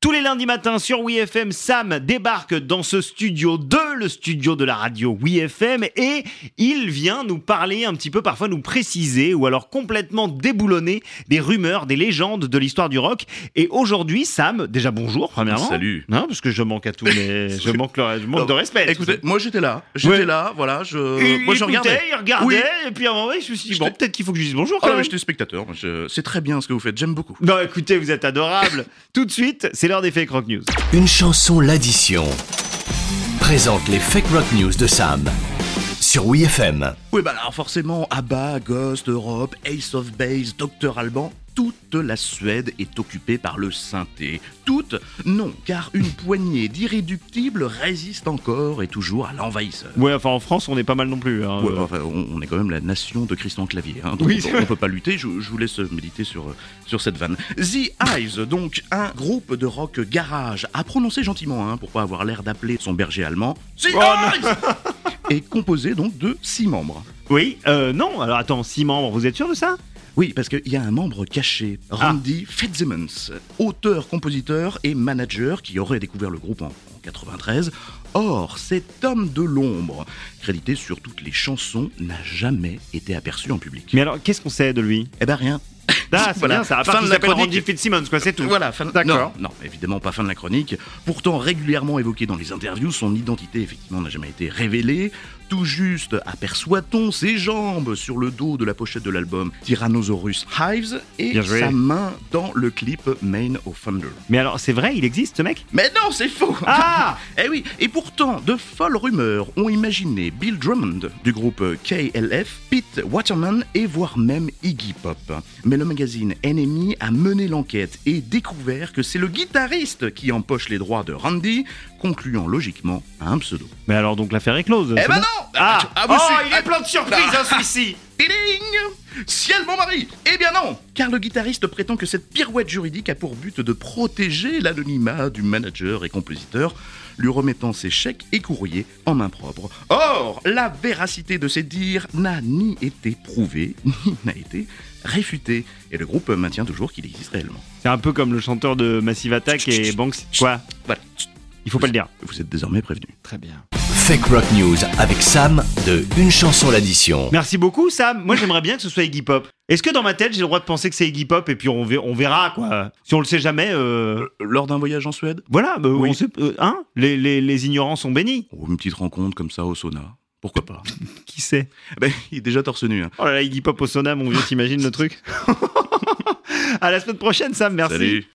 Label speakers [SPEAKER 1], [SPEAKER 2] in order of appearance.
[SPEAKER 1] Tous les lundis matins sur WeFM, Sam débarque dans ce studio 2, le studio de la radio WeFM, et il vient nous parler un petit peu, parfois nous préciser, ou alors complètement déboulonner des rumeurs, des légendes de l'histoire du rock. Et aujourd'hui, Sam, déjà bonjour, premièrement.
[SPEAKER 2] Salut.
[SPEAKER 1] Hein, parce que je manque à tous, mais je manque, le, je manque
[SPEAKER 2] Alors,
[SPEAKER 1] de respect.
[SPEAKER 2] Écoutez, moi j'étais là, j'étais
[SPEAKER 1] Ouais.
[SPEAKER 2] là, voilà, je,
[SPEAKER 1] il,
[SPEAKER 2] moi
[SPEAKER 1] il
[SPEAKER 2] je
[SPEAKER 1] écoutait,
[SPEAKER 2] regardais.
[SPEAKER 1] il regardait,
[SPEAKER 2] Oui.
[SPEAKER 1] et puis à un moment, je me suis dit,
[SPEAKER 2] J'étais-
[SPEAKER 1] bon, peut-être qu'il faut que je dise bonjour
[SPEAKER 2] Ah
[SPEAKER 1] quand
[SPEAKER 2] non, mais
[SPEAKER 1] même.
[SPEAKER 2] j'étais spectateur, moi, je- c'est très bien ce que vous faites, j'aime beaucoup.
[SPEAKER 1] Non, écoutez, vous êtes adorable. Tout de suite, c'est l'heure des fake rock news.
[SPEAKER 3] Une chanson l'addition présente les fake rock news de Sam sur WeFM.
[SPEAKER 2] Oui, bah alors forcément, ABBA, Ghost, Europe, Ace of Base, Docteur Alban, toute la Suède est occupée par le synthé. Toute Non, car une poignée d'irréductibles résiste encore et toujours à l'envahisseur.
[SPEAKER 1] Ouais, enfin en France, on est pas mal non plus. hein.
[SPEAKER 2] Ouais, enfin, on on est quand même la nation de Christian Clavier, hein, donc
[SPEAKER 1] Oui, c'est
[SPEAKER 2] on, on peut pas lutter. Je, je vous laisse méditer sur, euh, sur cette vanne. The Eyes, donc un groupe de rock garage, à prononcer gentiment hein, pour pas avoir l'air d'appeler son berger allemand. The
[SPEAKER 1] Oh,
[SPEAKER 2] Eyes est composé donc de six membres.
[SPEAKER 1] Oui, euh, non, alors attends, six membres, vous êtes sûr de ça
[SPEAKER 2] Oui, parce qu'il y a un membre caché,
[SPEAKER 1] Ah.
[SPEAKER 2] Randy Fitzsimmons, auteur, compositeur et manager qui aurait découvert le groupe en, en 93. Or, cet homme de l'ombre, crédité sur toutes les chansons, n'a jamais été aperçu en public.
[SPEAKER 1] Mais alors, qu'est-ce qu'on sait de lui
[SPEAKER 2] Eh ben rien.
[SPEAKER 1] Ah, c'est
[SPEAKER 2] Voilà.
[SPEAKER 1] bien ça, à
[SPEAKER 2] Fin
[SPEAKER 1] part
[SPEAKER 2] de
[SPEAKER 1] qu'il
[SPEAKER 2] la
[SPEAKER 1] s'appelle
[SPEAKER 2] chronique.
[SPEAKER 1] Randy Fitzsimmons, quoi, c'est tout.
[SPEAKER 2] Voilà, fin de...
[SPEAKER 1] D'accord.
[SPEAKER 2] Non, non, évidemment pas fin de la chronique. Pourtant régulièrement évoquée dans les interviews, son identité effectivement n'a jamais été révélée. Tout juste aperçoit-on ses jambes sur le dos de la pochette de l'album Tyrannosaurus Hives et
[SPEAKER 1] Bien joué.
[SPEAKER 2] sa main dans le clip Main of Thunder.
[SPEAKER 1] Mais alors, c'est vrai, il existe ce mec
[SPEAKER 2] Mais non, c'est faux
[SPEAKER 1] Ah
[SPEAKER 2] Eh oui, et pourtant, de folles rumeurs ont imaginé Bill Drummond du groupe KLF, Pete Waterman et voire même Iggy Pop. Mais le magazine NME a mené l'enquête et découvert que c'est le guitariste qui empoche les droits de Randy, concluant logiquement à un pseudo.
[SPEAKER 1] Mais alors, donc l'affaire est close.
[SPEAKER 2] Eh
[SPEAKER 1] c'est
[SPEAKER 2] ben
[SPEAKER 1] bon
[SPEAKER 2] non
[SPEAKER 1] Ah,
[SPEAKER 2] Ah, vous,
[SPEAKER 1] Oh,
[SPEAKER 2] c'est-
[SPEAKER 1] il est plein de
[SPEAKER 2] Ah.
[SPEAKER 1] surprises, hein, celui-ci
[SPEAKER 2] Tiling Ciel mon mari Eh bien non Car le guitariste prétend que cette pirouette juridique a pour but de protéger l'anonymat du manager et compositeur, lui remettant ses chèques et courriers en main propre. Or, la véracité de ces dires n'a ni été prouvée, ni n'a été réfutée. Et le groupe maintient toujours qu'il existe réellement.
[SPEAKER 1] C'est un peu comme le chanteur de Massive Attack et Banks. Quoi
[SPEAKER 2] Voilà.
[SPEAKER 1] Il faut pas le dire.
[SPEAKER 2] Vous êtes désormais prévenu.
[SPEAKER 1] Très bien.
[SPEAKER 3] Fake rock news avec Sam de Une chanson l'addition.
[SPEAKER 1] Merci beaucoup, Sam. Moi, j'aimerais bien que ce soit Iggy Pop. Est-ce que dans ma tête, j'ai le droit de penser que c'est Iggy Pop et puis on, ver- on verra, quoi Si on le sait jamais, euh,
[SPEAKER 2] Lors d'un voyage en Suède
[SPEAKER 1] voilà, bah,
[SPEAKER 2] Oui.
[SPEAKER 1] on sait, euh, hein les, les- les ignorants sont bénis.
[SPEAKER 2] Ou Oh, une petite rencontre comme ça au sauna Pourquoi pas
[SPEAKER 1] Qui sait
[SPEAKER 2] ben, Il est déjà torse nu. hein.
[SPEAKER 1] Oh là là, Iggy Pop au sauna, mon vieux, t'imagines le truc À la semaine prochaine, Sam, merci.
[SPEAKER 2] Salut